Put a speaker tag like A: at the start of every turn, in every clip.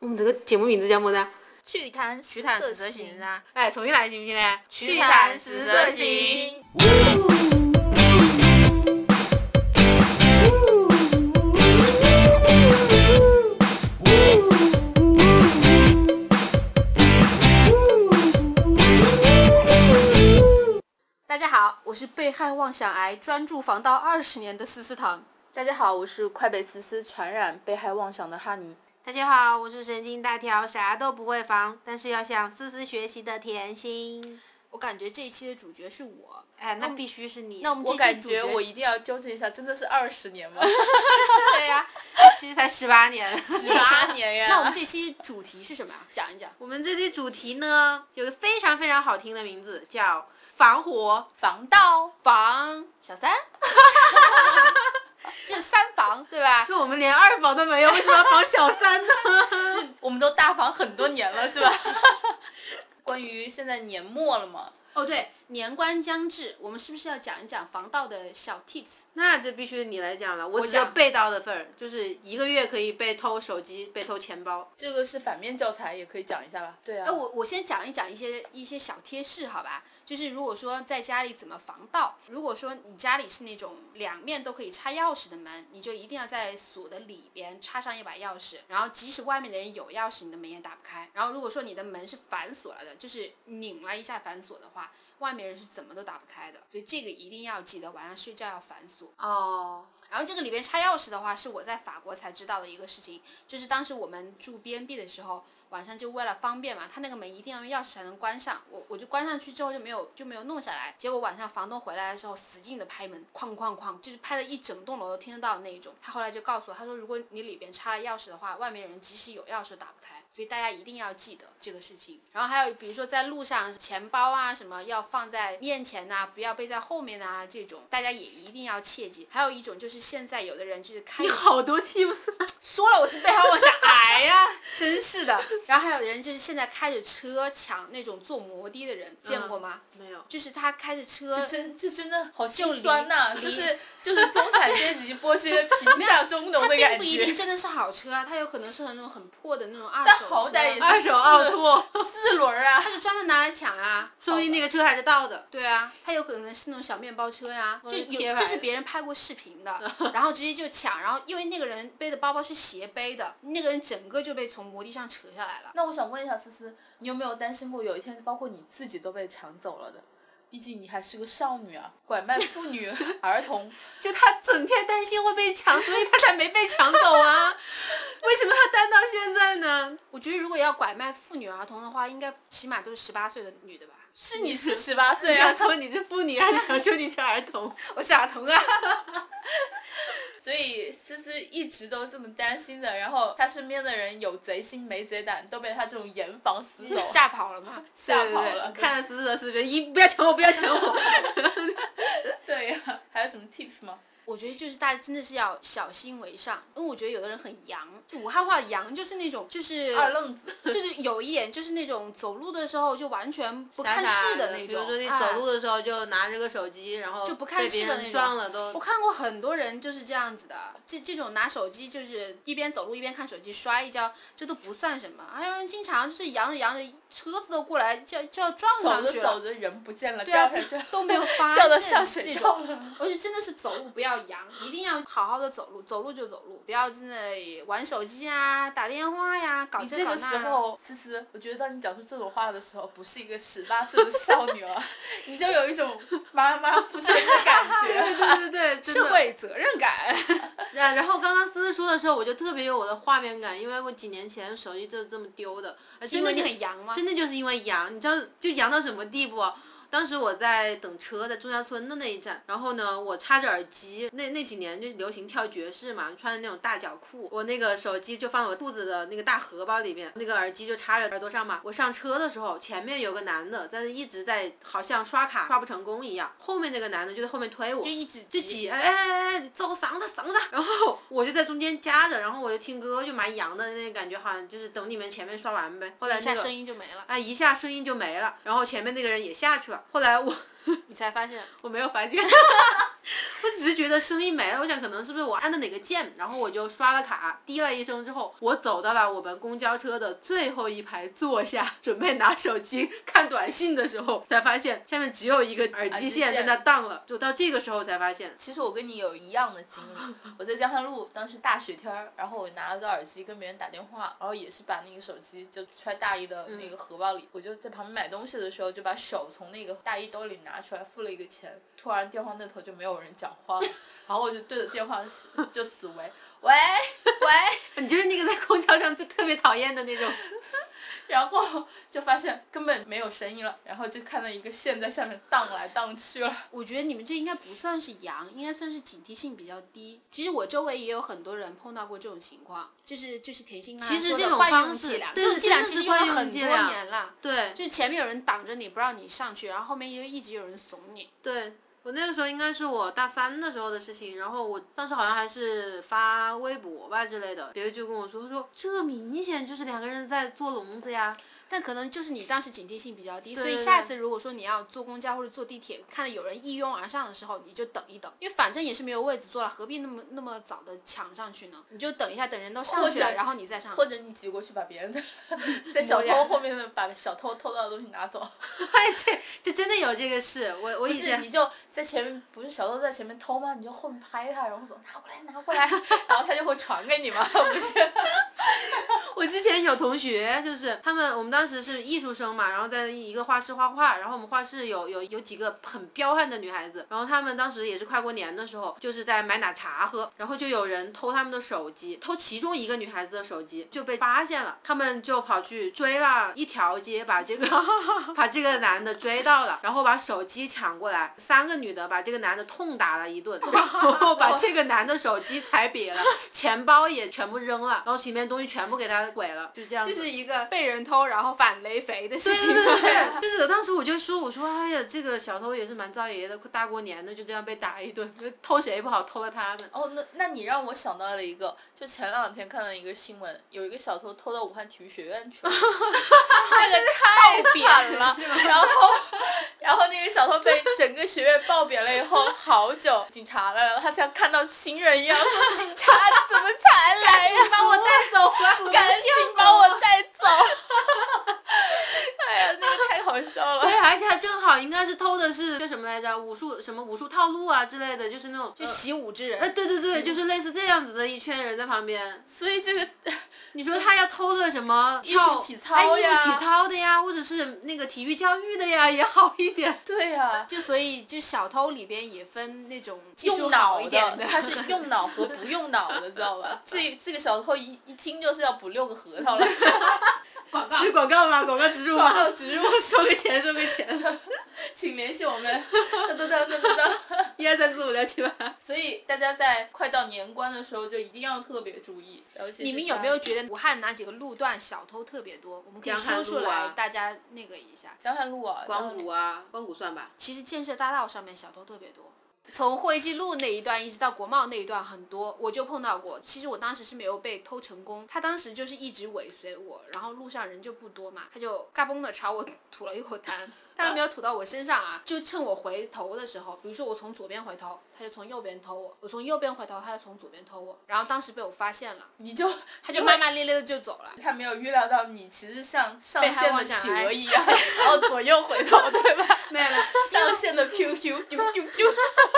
A: 们这个节目名字叫么子啊？
B: 曲坛曲
C: 坛
B: 十
C: 十色
B: 行
C: 行
B: 啊，
A: 来，重新来行不行呢？
B: 曲坛
C: 坛
B: 十
C: 十
B: 色
C: 色
B: 行
C: 行。
A: 大家好，我是被害妄想癌专注防盗二十年的思思糖。
C: 大家好，我是快被思思传染被害妄想的哈尼。
B: 大家好，我是神经大条，啥都不会防，但是要向思思学习的甜心。
A: 我感觉这一期的主角是我，
B: 哎，那必须是你。
A: 那我们这
C: 我
A: 期
C: 感
A: 主
C: 觉我一定要纠正一下，真的是二十年 吗？
B: 是的呀，其实才十八年。
C: 十 八年呀！
A: 那我们这期主题是什么啊？讲一讲。
B: 我们这期主题呢，有个非常非常好听的名字，叫“防火
C: 防盗
A: 房小 三，就是三房对吧？
B: 就我们连二房都没有，为什么要防小三 呢？
C: 我们都大房很多年了， 是吧？关于现在年末了嘛，
A: 哦对，年关将至，我们是不是要讲一讲防盗的小 tips？
B: 那这必须你来讲了，我只有
A: 讲
B: 被盗的份儿，就是一个月可以被偷手机、被偷钱包。
C: 这个是反面教材，也可以讲一下了。对啊
A: 哎，，我我先讲一讲一些一些小贴士，好吧？就是如果说在家里怎么防盗，如果说你家里是那种两面都可以插钥匙的门，你就一定要在锁的里边插上一把钥匙，然后即使外面的人有钥匙，你的门也打不开。然后如果说你的门是反锁了的，就是拧了一下反锁的话，外面人是怎么都打不开的。所以这个一定要记得，晚上睡觉要反锁。
B: 哦，
A: 然后这个里边插钥匙的话，是我在法国才知道的一个事情，就是当时我们住 B N B 的时候，晚上就为了方便嘛，他那个门一定要用钥匙才能关上，我我就关上去之后就没有就没有弄下来，结果晚上房东回来的时候使劲的拍门，哐哐哐，就是拍的一整栋楼都听得到的那一种。他后来就告诉我，他说如果你里边插了钥匙的话，外面人即使有钥匙都打不开，所以大家一定要记得这个事情。然后还有比如说在路上钱包啊什么要放在面前呐、不要背在后面呐、这种大家也一定要切记。还有一种就是现在有的人就是开
B: 你 好多 tips，
A: 说了我是被害妄想癌呀、真是的。然后还有的人就是现在开着车抢那种坐摩的的人，见过吗？
B: 没有。
A: 就是他开着车，
C: 这真这真的好心
A: 离
C: 酸呐、
A: 离
C: 就是就是中产阶级剥削贫下中农的
A: 他并
C: 感
A: 不一定
C: 觉。
A: 真的是好车啊，他有可能是很那种很破的那种二
C: 但
A: 手车，啊
C: 好歹也是
B: 二手奥拓，
C: 四轮儿啊，
A: 他就专门拿来抢啊。
B: 说明那个车还是盗的。
A: 对啊，他有可能是那种小面包车呀、就
B: 的天
A: 有
B: 啊
A: 就是别人拍过视频 的，然后直接就抢，然后因为那个人背的包包是斜背的，那个人整个就被从摩的上扯下来了。
C: 那我想问一下思思，你有没有担心过有一天，包括你自己都被抢走了的？毕竟你还是个少女啊，拐卖妇女、儿 童，
B: 就他整天担心会被抢，所以他才没被抢走啊。为什么他单到现在呢？
A: 我觉得如果要拐卖妇女儿童的话，应该起码都是十八岁的女的吧？
C: 是你是十 八岁啊
B: 想，说你是妇女，还是想说你是儿童？
A: 我是儿童啊。
C: 所以思思一直都这么担心的。然后她身边的人有贼心没贼胆，都被她这种严防死守
A: 吓跑了吗？
C: 吓跑了。
B: 看了死死的视频，一不要抢我，不要抢我。
C: 对呀、还有什么 tips 吗？
A: 我觉得就是大家真的是要小心为上，因为我觉得有的人很洋，就武汉话的洋就是那种就是
C: 二愣子，
A: 就是有一点就是那种走路的时候就完全不看
B: 傻
A: 事
B: 傻的
A: 那
B: 比如
A: 种。
B: 说你
A: 哎
B: 走路的时候就拿着个手机，然后
A: 就不看
B: 被
A: 事
B: 别
A: 的
B: 人
A: 那种
B: 撞了都
A: 我。看过很多人就是这样子的，这这种拿手机就是一边走路一边看手机摔一跤，这都不算什么。还有人经常就是扬着扬着车子都过来就要就要撞
C: 走
A: 上
C: 着
A: 去
C: 走
A: 了，
C: 着人不见了，
A: 对啊
C: 掉下去了，
A: 都没有发现
C: 掉到下水
A: 这
C: 道
A: 种。
C: 了。
A: 我就真的是走路不要扬，一定要好好的走路，走路就走路，不要在那里玩手机啊、打电话呀、搞
C: 你这
A: 搞
C: 个
A: 那
C: 时
A: 啊。
C: 候，思思，我觉得当你讲出这种话的时候，不是一个十八岁的少女了， 你就有一种妈妈不生的感觉，
B: 对对对，真
A: 社
B: 的。
A: 会责任 感，
B: 然然后刚刚思思说的时候，我就特别有我的画面感，因为我几年前手机就是这么丢的，呃真
A: 因
B: 的
A: 为
B: 是
A: 你很洋吗？
B: 真的就是因为阳，你知道就阳到什么地步啊、当时我在等车，在中山村的那一站，然后呢，我插着耳机，那那几年就流行跳爵士嘛，穿的那种大脚裤，我那个手机就放我裤子的那个大荷包里面，那个耳机就插着耳朵上嘛。我上车的时候，前面有个男的，但是一直在好像刷卡刷不成功一样，后面那个男的就在后面推我，
A: 就一直
B: 就挤，哎哎哎哎，揍嗓子嗓子，然后我就在中间夹着，然后我就听歌，就蛮洋的那个感觉，好像就是等你们前面刷完呗。后来
A: 一
B: 那
A: 下
B: 个
A: 声音就没了，
B: 哎，一下声音就没了，然后前面那个人也下去了。后来我
A: 你才发现。
B: 我没有发现， 我只是觉得声音没了，我想可能是不是我按的哪个键，然后我就刷了卡，滴了一声之后，我走到了我们公交车的最后一排坐下，准备拿手机看短信的时候，才发现下面只有一个耳
C: 耳
B: 机
C: 机
B: 线在
C: 线
B: 那荡了，就到这个时候才发现，
C: 其实我跟你有一样的经历，我在江山路，当时大雪天儿，然后我拿了个耳机跟别人打电话，然后也是把那个手机就揣大衣的那个荷包里，我就在旁边买东西的时候就把手从那个大衣兜里拿出来付了一个钱，突然电话那头就没有人讲话了，然后我就对着电话就死维，喂喂，
B: 你就是那个在公交上最特别讨厌的那种。
C: 然后就发现根本没有声音了， 然后就看到一个线在下面荡来荡去了。
A: 我觉得你们这应该不算是阳，应该算是警惕性比较低。其实我周围也有很多人碰到过这种情况，就是就是甜心刚才
B: 其实
A: 说的
B: 这种
A: 惯用
B: 方式
A: 伎俩，
B: 对
A: 这种伎俩
B: 真的
A: 其实
B: 是
A: 用了
B: 惯用
A: 很
B: 伎
A: 多
B: 俩
A: 年了，
B: 对
A: 就是前面有人挡着你不让你上去，然后后面又一直有人怂你。
B: 对。我那个时候应该是我大三的时候的事情，然后我当时好像还是发微博吧之类的，别人就跟我说说这明显就是两个人在做聋子呀，
A: 但可能就是你当时警惕性比较低，所以
B: 对
A: 下
B: 对
A: 次如果说你要坐公交或者坐地铁，看到有人一拥而上的时候，你就等一等，因为反正也是没有位置坐了，何必那么那么早的抢上去呢？你就等一下，等人都上
C: 或
A: 去
C: 者
A: 了，然后你再上。
C: 或者你挤过去把别人的， 在小偷后面的把小偷偷到的东西拿走，
B: 哎，这这真的有这个事，我我
C: 不
B: 以
C: 是
B: 前
C: 你就在前面，不是小偷在前面偷吗？你就后面拍他，然后说拿过来拿过 来，然后他就会传给你嘛， 不是？
B: 我之前有同学，就是他们，我们当时是艺术生嘛，然后在一个画室画画，然后我们画室有有有几个很彪悍的女孩子，然后她们当时也是快过年的时候，就是在买奶茶喝，然后就有人偷她们的手机，偷其中一个女孩子的手机就被发现了，他们就跑去追了一条街，把这个 把这个男的追到了，然后把手机抢过来，三个女的把这个男的痛打了一顿， 然后把这个男的手机踩瘪了，钱包也全部扔了，然后里面东西全部给他毁了，就这样子。
A: 就是一个被人偷然后反雷肥的事
B: 对
A: 情。
B: 对对对，就是当时我就说，我说哎呀，这个小偷也是蛮造业的，大过年的就这样被打一顿，就偷谁不好，偷了他们。
C: 哦，那那你让我想到了一个，就前两天看到一个新闻，有一个小偷偷到武汉体育学院 去了，那个太扁了，然后然后那个小偷 被整个学院爆扁了以后，好久警察来了，他像看到亲人一样说：“警察怎么才来呀？把我带
B: 走了。
C: 赶紧把我带走！ 哎呀，那个太好笑了。
B: 对，而且他正好应该是偷的是叫什么来着？武术什么武术套路啊之类的，就是那种就
A: 就习武之
B: 哎，
A: 人，
B: 对对对，就是类似这样子的一圈人在旁边。
C: 所以这个
B: 你说他要偷个什么
C: 艺术
B: 跳
C: 体操
B: 哎艺术
C: 呀
B: 体操的呀，或者是那个体育教育的呀，也好一点。
C: 对呀、
A: 就所以就小偷里边也分那种技术
C: 用
A: 好
C: 脑
A: 一点
C: 的，他 是用脑和不用脑的，知道吧？这这个小偷一一听就是要补六个核 桃了。
A: 广告
B: 是广告吗？广告植入吗？
C: 广告植入
B: 收个钱，收个钱，
C: 请联系我们，噔噔噔噔噔噔。
B: 一二三四五六七八。
C: 所以大家在快到年关的时候，就一定要特别注意。尤其
A: 你们有没有觉得武汉哪几个路段小偷特别多？我们可以
B: 江汉
A: 说
B: 路
A: 出来，
B: 啊
A: 大家那个一下。
C: 江汉路啊？
B: 光谷啊，光谷算吧。
A: 其实建设大道上面小偷特别多，从汇济路那一段一直到国贸那一段很多，我就碰到过。其实我当时是没有被偷成功，他当时就是一直尾随我，然后路上人就不多嘛，他就嘎嘣的朝我 吐了一口痰，当然没有吐到我身上啊，就趁我回头的时候，比如说我从左边回头，他就从右边偷我；我从右边回头，他就从左边偷我。然后当时被我发现了，
C: 你就
A: 他
C: 他
A: 就骂骂咧咧的就走了。
C: 他没有预料到你其实像上
A: 被害
C: 线的
A: 妄想
C: 企
A: 癌
C: 鹅一样，然后左右回头，对吧？
A: 没有没有，
C: 上线的 QQ 啾啾啾。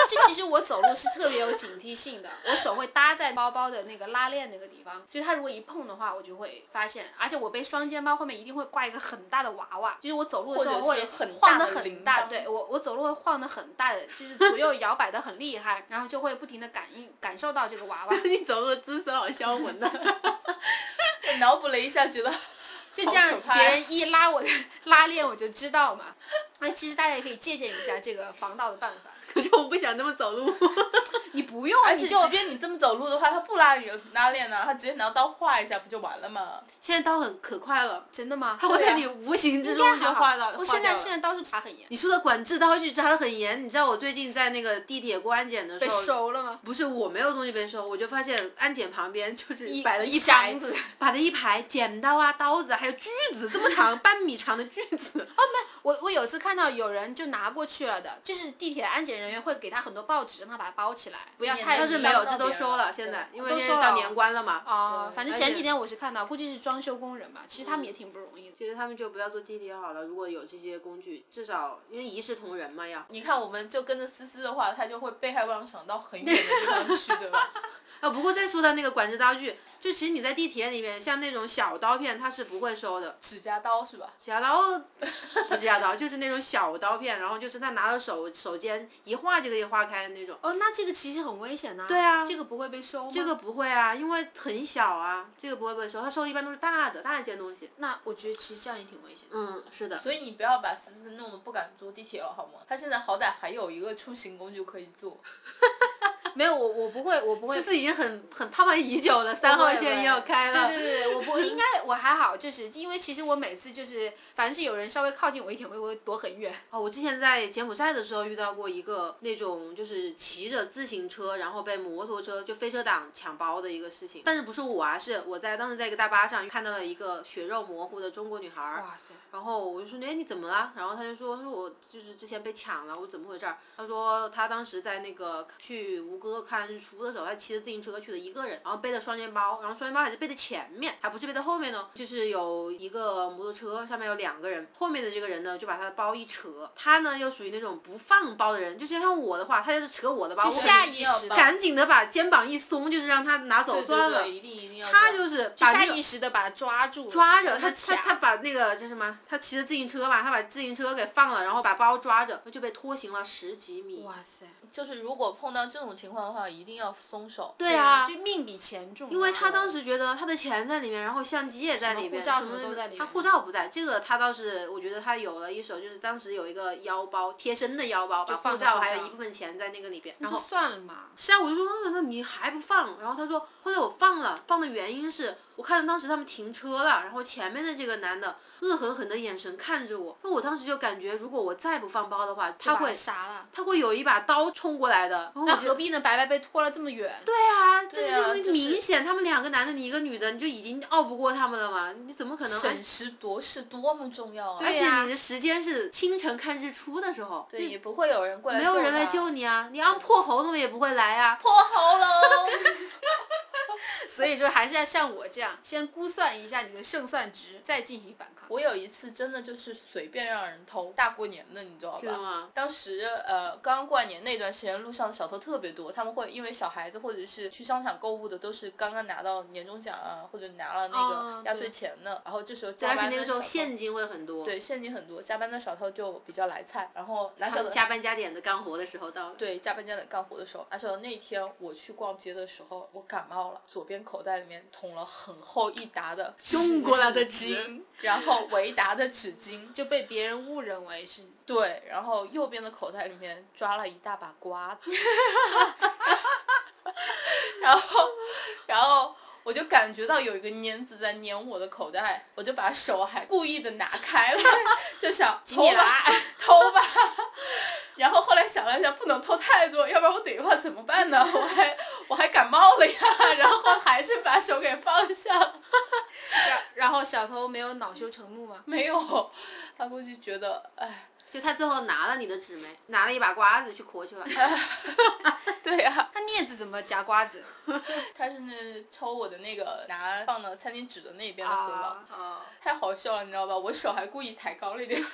A: 就其实我走路是特别有警惕性的，我手会搭在包包的那个拉链那个地方，所以它如果一碰的话，我就会发现。而且我背双肩包后面一定会挂一个很大的娃娃，就是我走路的时候
C: 或者
A: 会
C: 是很大
A: 晃得
C: 的
A: 很
C: 铃
A: 大，
C: 铛
A: 对我我走路会晃得很大的，就是左右摇摆的很厉害，然后就会不停的感应感受到这个 娃娃，
B: 你走路的姿势好销魂呐。
C: 我脑补了一下， 觉得
A: 就这样
C: 好可怕
A: 别人一拉我的拉链我就知道嘛。 那其实大家也可以借鉴一下这个防盗的办法。
B: 可是我不想那么走路。
A: 你不用，
C: 而且
A: 你就
C: 即便你这么走路的话，他不拉你拉链呢，他直接拿刀划一下不就完了吗？
B: 现在刀很可快了，
A: 真的吗？
B: 它会
C: 对
B: 在
C: 啊
B: 你无形之
A: 应该
B: 中就
A: 还
B: 划到。
A: 好。我
B: 划
A: 现在
B: 掉了
A: 现在刀是查很严，
B: 你说的管制，它会去扎的很严。你知道我最近在那个地铁过安检的时
A: 被
B: 候，
A: 收了吗？
B: 不是我没有东西被收，我就发现安检旁边就是
A: 一
B: 摆了
A: 一
B: 排
A: 箱，子。
B: 摆了一排剪刀啊、刀子啊，还有锯子，这么长 半米长的锯子。
A: 我我有一次看到有人就拿过去了的，就是地铁安检人员会给他很多报纸，让他把它包起来，不要
C: 免
A: 太
C: 得
B: 但是没有，
C: 伤到
B: 这都
C: 别人
B: 收
C: 了
B: 了，现在
A: 对
B: 因为
A: 都
B: 现
A: 收
B: 在到
A: 了
B: 年关了嘛。
A: 啊、
C: 对
A: 反正
B: 而
A: 前
B: 且嗯
A: 几天我是看到，估计是装修工人吧，其实他们也挺不容易的。
B: 其实他们就不要坐地铁好了，如果有这些工具，至少因为一视同仁嘛要。
C: 你看，我们就跟着思思的话，他就会被害妄想到很远的地方去，对吧？
B: 啊，不过再说到那个管制刀具，就其实你在地铁里面，像那种小刀片，它是不会收的。
C: 指甲刀是吧？
B: 指甲刀 不是指甲刀，就是那种小刀片，然后就是他拿到手手尖一划就可以划开的那种。
A: 哦，那这个其实很危险呐、
B: 对啊
A: 这个不会被收吗？
B: 这个不会啊，因为很小啊，这个不会被收，他收的一般都是大的大件东西。
A: 那我觉得其实这样也挺危险的。
B: 嗯，是的。
C: 所以你不要把思思弄得不敢坐地铁了，好吗？他现在好歹还有一个出行工具可以坐。
A: 没有，我我不会，我不会
B: 这。次已经很很盼望已久了，三号线也有开了。
A: 对对对，我不应该，我还好，就是因为其实我每次就是，凡是有人稍微靠近我一点，我我会躲很远。
B: 哦，我之前在柬埔寨的时候遇到过一个那种就是骑着自行车，然后被摩托车就飞车党抢包的一个事情，但是不是我啊，是我在当时在一个大巴上看到了一个血肉模糊的中国女孩儿，
A: 哇塞！
B: 然后我就说，哎，你怎么了？然后他就说，说我就是之前被抢了，我怎么回事儿？他说他当时在那个去吴哥看日出的时候，他骑着自行车去的一个人，然后背着双肩包，然后双肩包还是背的前面，还不是背在后面呢，就是有一个摩托车上面有两个人，后面的这个人呢就把他的包一扯，他呢又属于那种不放包的人，就是像我的话，他要是扯我的包，我
A: 下
B: 肯定
A: 意识的
B: 赶紧的把肩膀一松，就是让他拿走
C: 对
B: 算
C: 对
B: 了。
C: 对，一定一定要坐。
B: 他就是把
A: 下
B: 那个
A: 意识的把他抓住，
B: 抓着
A: 让
B: 他，他
A: 抢
B: 他把那个叫什么？他骑着自行车嘛，他把自行车给放了，然后把包抓着，就被拖行了十几米。
A: 哇塞！
C: 就是如果碰到这种情况的话，一定要松手。
B: 对啊，
A: 就命比钱重啊，因
B: 因为他当时觉得他的钱在里面，然后相机也在里面，
A: 护照
B: 什
A: 什么都在里面
B: 他护照不在，这个他倒是我觉得他有了一手，就是当时有一个腰包，贴身的腰包，把
A: 放
B: 护
A: 了
B: 照
A: 护
B: 还
A: 照
B: 有一部分钱在那个里边。然
A: 就
B: 后
A: 算了嘛，
B: 是啊，我就说那那你还不放？然后他说后来我放了，放的原因是我看到当时他们停车了，然后前面的这个男的恶狠狠的眼神看着我，那我当时就感觉如果我再不放包的话，他
A: 把
B: 会
A: 他杀了，
B: 他会有一把刀冲过来的。然后我
A: 那
B: 觉
A: 何
B: 得
A: 必呢？白白被拖了这么远，对，
B: 对啊，这
C: 对啊
B: 是因
C: 就
B: 为
C: 是
B: 明显他们两个男的，你一个女的，你就已经拗不过他们了嘛，你怎么可能？而
C: 审时度势多么重要啊！
A: 对
B: 且
A: 呀
B: 你的时间是清晨看日出的时候，
C: 对，
B: 就
C: 也不会有人过来，
B: 没有人来救，你啊，你按破喉咙也不会来啊。
C: 破 喉咙。
A: 所以说还是要像我这样，先估算一下你的胜算值，再进行反抗。
C: 我有一次真的就是随便让人偷，大过年的你知道吧？
B: 的吗
C: 当时呃，刚刚过完年那段时间，路上的小偷特别多，他们会因为小孩子或者是去商场购物的，都是刚刚拿到年终奖啊，或者拿了那个
A: 哦
C: 压岁
A: 对
C: 钱的，然后这时候加
B: 而且
C: 班
B: 那
C: 的
B: 个时
C: 小
B: 候
C: 偷。
B: 现金会很多，
C: 对，现金很多，加班的小偷就比较来菜，然后拿小
B: 他
C: 的
B: 们加班加点的干活的时候到了。
C: 对，加班加点干活的时候，而且那天我去逛街的时候，我感冒了，左边口袋里面捅了很厚一沓的
B: 中国来的
C: 纸
B: 纸
C: 巾，然后维达的纸巾，
A: 就被别人误认为是，
C: 对，然后右边的口袋里面抓了一大把瓜子， 然后，然后我就感觉到有一个粘子在粘我的口袋，我就把手还故意的拿开了，就想偷
A: 你
C: 吧，偷吧。然后后来想了一下，不能偷太多，要不然我等一会儿怎么办呢？我还我还感冒了呀，然后还是把手给放下了。
A: 然然后小偷没有恼羞成怒吗？
C: 没有，他估计觉得，哎，
B: 就他最后拿了你的纸没？拿了一把瓜子去磕 去了。
C: 对啊呀、
A: 他镊子怎么夹瓜子？
C: 他是那抽我的那个拿放到餐巾纸的那边的荷包，
A: 啊
B: 哦
A: 啊！
C: 太好笑了，你知道吧？我手还故意抬高 了一点，心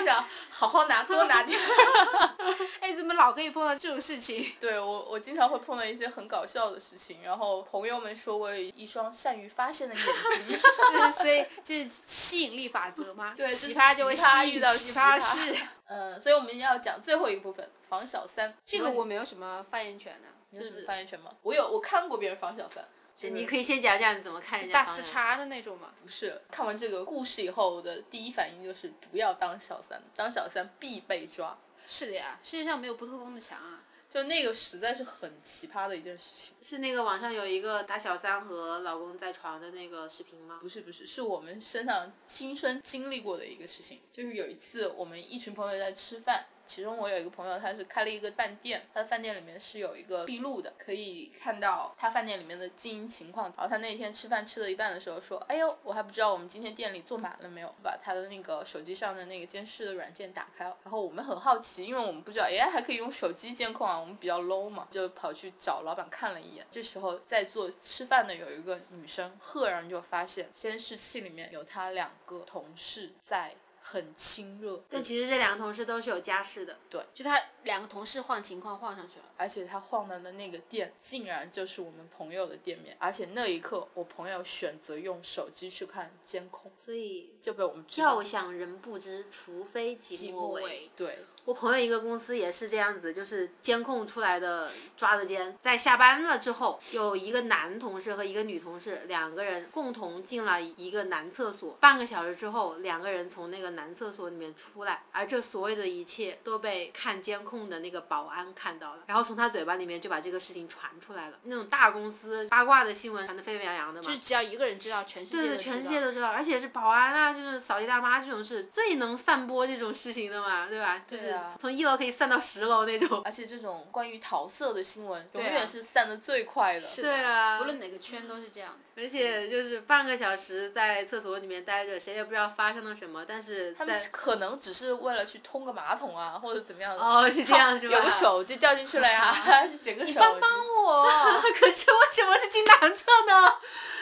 C: 里想好好拿，多拿点儿。
A: 哎，怎么老可以碰到这种事 情？
C: 对我，我经常会碰到一些很搞笑的事情，然后朋友们说我有一双善于发现的眼 睛，
A: 就是所以就是吸引力法则嘛，
C: 对
A: 奇
C: 就是
A: 葩就会
C: 奇葩
A: 吸
C: 遇
A: 引
C: 到
A: 奇
C: 奇
A: 葩
C: 葩
A: 事。
C: 嗯，所以我们要讲最后一部分防小三。
A: 这
C: 请
A: 个
C: 问
A: 我没有什么发言权的，
C: 你有什
A: 就
C: 么
A: 是
C: 发言权吗？我有，我看过别人防小三。就是
B: 你可以先讲讲你怎么看人家
A: 大
B: 防
A: 四
B: 人
A: 叉的那种嘛。
C: 不是看完这个故事以后，我的第一反应就是不要当小三，当小三必被抓。
A: 是的呀，世界上没有不透风的墙啊。
C: 就那个实在是很奇葩的一件事情。
B: 是那个网上有一个打小三和老公在床的那个视频吗？
C: 不是不是，是我们身上亲身经历过的一个事情。就是有一次，我们一群朋友在吃饭，其中我有一个朋友，他是开了一个饭店，他的饭店里面是有一个闭路的，可以看到他饭店里面的经营情况。然后他那天吃饭吃了一半的时候说：“哎呦，我还不知道我们今天店里坐满了没有。”把他的那个手机上的那个监视的软件打开了，然后我们很好奇，因为我们不知道，哎，还可以用手机监控啊，我们比较 low 嘛，就跑去找老板看了一眼。这时候在座吃饭的有一个女生，赫然就发现监视器里面有她两个同事在很亲热，
B: 但其实这两个同事都是有家室的。
C: 对，
A: 就他两个同事晃情况晃上去了，
C: 而且他晃荡的那个店竟然就是我们朋友的店面，而且那一刻我朋友选择用手机去看监控，
B: 所以
C: 就被我们知道
B: 要想人不知，除非己莫
A: 莫
B: 为。
C: 对，
B: 我朋友一个公司也是这样子，就是监控出来的抓的奸，在下班了之后，有一个男同事和一个女同事两个人共同进了一个男厕所，半个小时之后，两个人从那个男厕所里面出来，而这所有的一切都被看监控的那个保安看到了，然后从他嘴巴里面就把这个事情传出来了。那种大公司八卦的新闻传得沸沸扬扬的嘛，
A: 就是只要一个人知道，全世界
B: 对
A: 都
B: 对，
A: 知
B: 全世
A: 道
B: 界都知道，而且是保安啊，就是扫地大妈这种是最能散播这种事情的嘛，对吧？就是
C: 对啊
B: 从一楼可以散到十楼那种。
C: 而且这种关于桃色的新闻永
A: 啊
C: 远是散的最快的，
A: 是 的
B: 对啊
A: 无，论哪个圈都是这样子。
B: 而且就是半个小时在厕所里面待着，谁也不知道发生了什么，但是
C: 他们
B: 在
C: 可能只是为了去通个马桶啊，或者怎么样的。
B: 哦是这样是吧？
C: 有个，手机掉进去了 呀，去捡个手机。
A: 帮帮我，
B: 可是为什么是进男厕呢？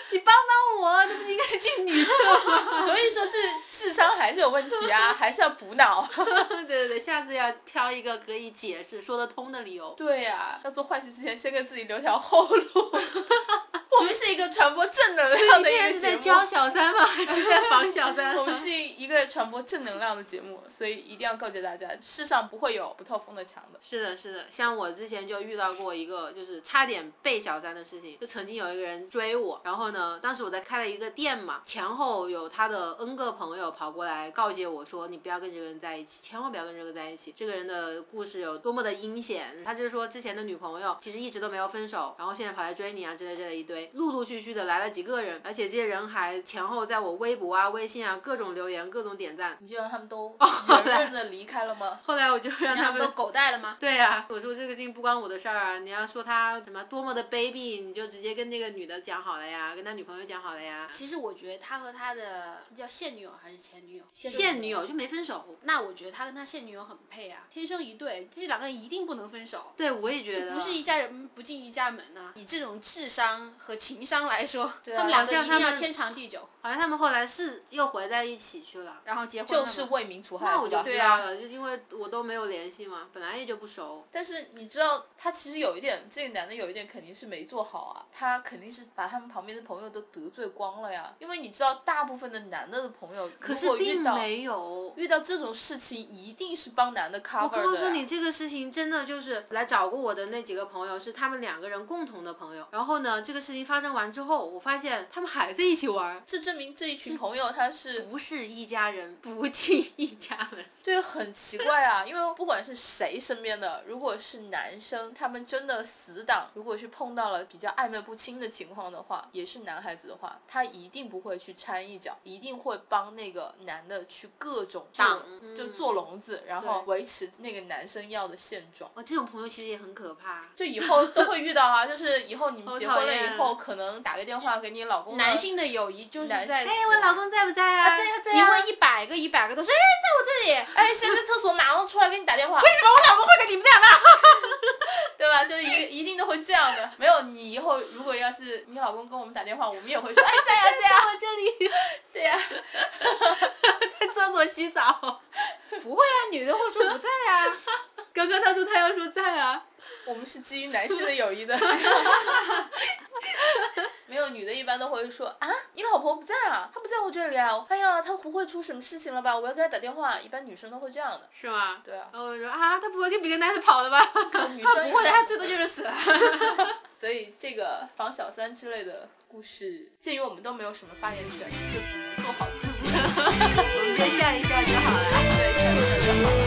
B: 你帮帮我，那不是应该是进 女厕
C: 所以说这智商还是有问题 啊，还是要补脑。
B: 吗？对对对，下次要挑一个可以解释说得通的理由。
C: 对呀、要做坏事之前先给自己留条后 路。我们是一个传播正能量
B: 你
C: 的
B: 现在
C: 一
B: 是
C: 个
B: 在
C: 节目
B: 教， 小三吗？还是在防小三？
C: 我们是一个传播正能量的节目，所以一定要告诫大家，世上不会有不透风的墙的。
B: 是的，是的，像我之前就遇到过一个，就是差点被小三的事情。就曾经有一个人追我，然后呢，当时我在开了一个店嘛，前后有他的 N 个朋友跑过来告诫我说，你不要跟这个人在一起，千万不要跟这个人在一起。这个人的故事有多么的阴险，他就是说之前的女朋友其实一直都没有分手，然后现在跑来追你啊，之类之类一堆，陆陆续续的来了几个人，而且这些人还前后在我微博啊、微信啊各种留言、各种点赞。
C: 你就让他们都圆润的离开了吗？
B: 后来我就让哦他
A: 他们
B: 们
A: 都狗带了吗？
B: 对呀、我说这个事情不关我的事儿啊，你要说他什么多么的卑鄙，你就直接跟那个女的讲好了呀，跟他女朋友讲好了呀。
A: 其实我觉得他和他的叫现女友还是前女友，
B: 现女友就没分手，
A: 那我觉得他跟他现女友很配啊，天生一对，这两个人一定不能分手。
B: 对我也觉得
A: 不是一家人嗯不进一家门呐、以这种智商和情商来说，
C: 啊
A: 他们两
B: 好
A: 个
B: 像
A: 一
B: 他
A: 定要
B: 们
A: 天长地久，
B: 好像他们后来是又回在一起去了。
A: 然后结婚了
C: 就
A: 嘛
C: 是为民除害，
B: 那我
C: 是
B: 就
C: 吧
B: 不知道了，就因为我都没有联系嘛，本来也就不熟。
C: 但是你知道，他其实有一点，这个男的有一点肯定是没做好啊，他肯定是把他们旁边的朋友都得罪光了呀。因为你知道，大部分的男的的朋友，
B: 可
C: 可
B: 是并
C: 遇到
B: 没有。
C: 遇到这种事情，一定是帮男的 cover 的呀。
B: 告诉你，这个事情真的就是来找过我的那几个朋友，是他们两个人共同的朋友。然后呢，这个事情发生完之后，我发现他们还在一起玩儿，
C: 这证明这一群朋友他是
B: 不是一家人，不进一家门。
C: 对很奇怪啊，因为不管是谁身边的，如果是男生，他们真的死党，如果是碰到了比较暧昧不清的情况的话，也是男孩子的话，他一定不会去掺一脚，一定会帮那个男的去各种
B: 挡嗯
C: 做就做笼子，然后
B: 对哦
C: 维持那个男生要的现状。
B: 哇，这种朋友其实也很可怕。
C: 就以后都会遇到啊，就是以后你们
B: 好
C: 结
B: 讨
C: 婚了
B: 厌啊
C: 以后，可能打个电话给你老公的，啊
A: 男性的友谊就是
C: 男
A: 在
C: 性
A: 此
B: 哎，我老公在不在啊？
C: 在呀在
A: 你
C: 呀
A: 问一百个，一百个都说哎，在我这里。
C: 哎，谁在厕所马上出来给你打电话，
B: 什么我老公会跟你们俩呢？
C: 对吧？就是一一定都会这样的。没有你以后如果要是你老公跟我们打电话，我们也会说，哎，在呀、 在呀、
B: 我这里
C: 对啊呀、
B: 在厕所洗澡。
A: 不会啊，女的会说不在啊。
B: 刚刚他说他要说在啊，
C: 我们是基于男性的友谊的。 没有女的，一般都会说啊，你老婆不在啊，她不在我这里啊，哎呀，她不会出什么事情了吧？我要给她打电话。一般女生都会这 样的，
B: 是吗？
C: 对啊，
B: 然后我说啊，他不会跟别的男的跑了吧？
C: 女生
A: 不会的，他最多就是 死了。
C: 所以这个防小三之类的故事，鉴于我们都没有什么发言权，就只能做好自己，
B: 我们就笑一笑就好了。
C: 对，笑一笑就好了。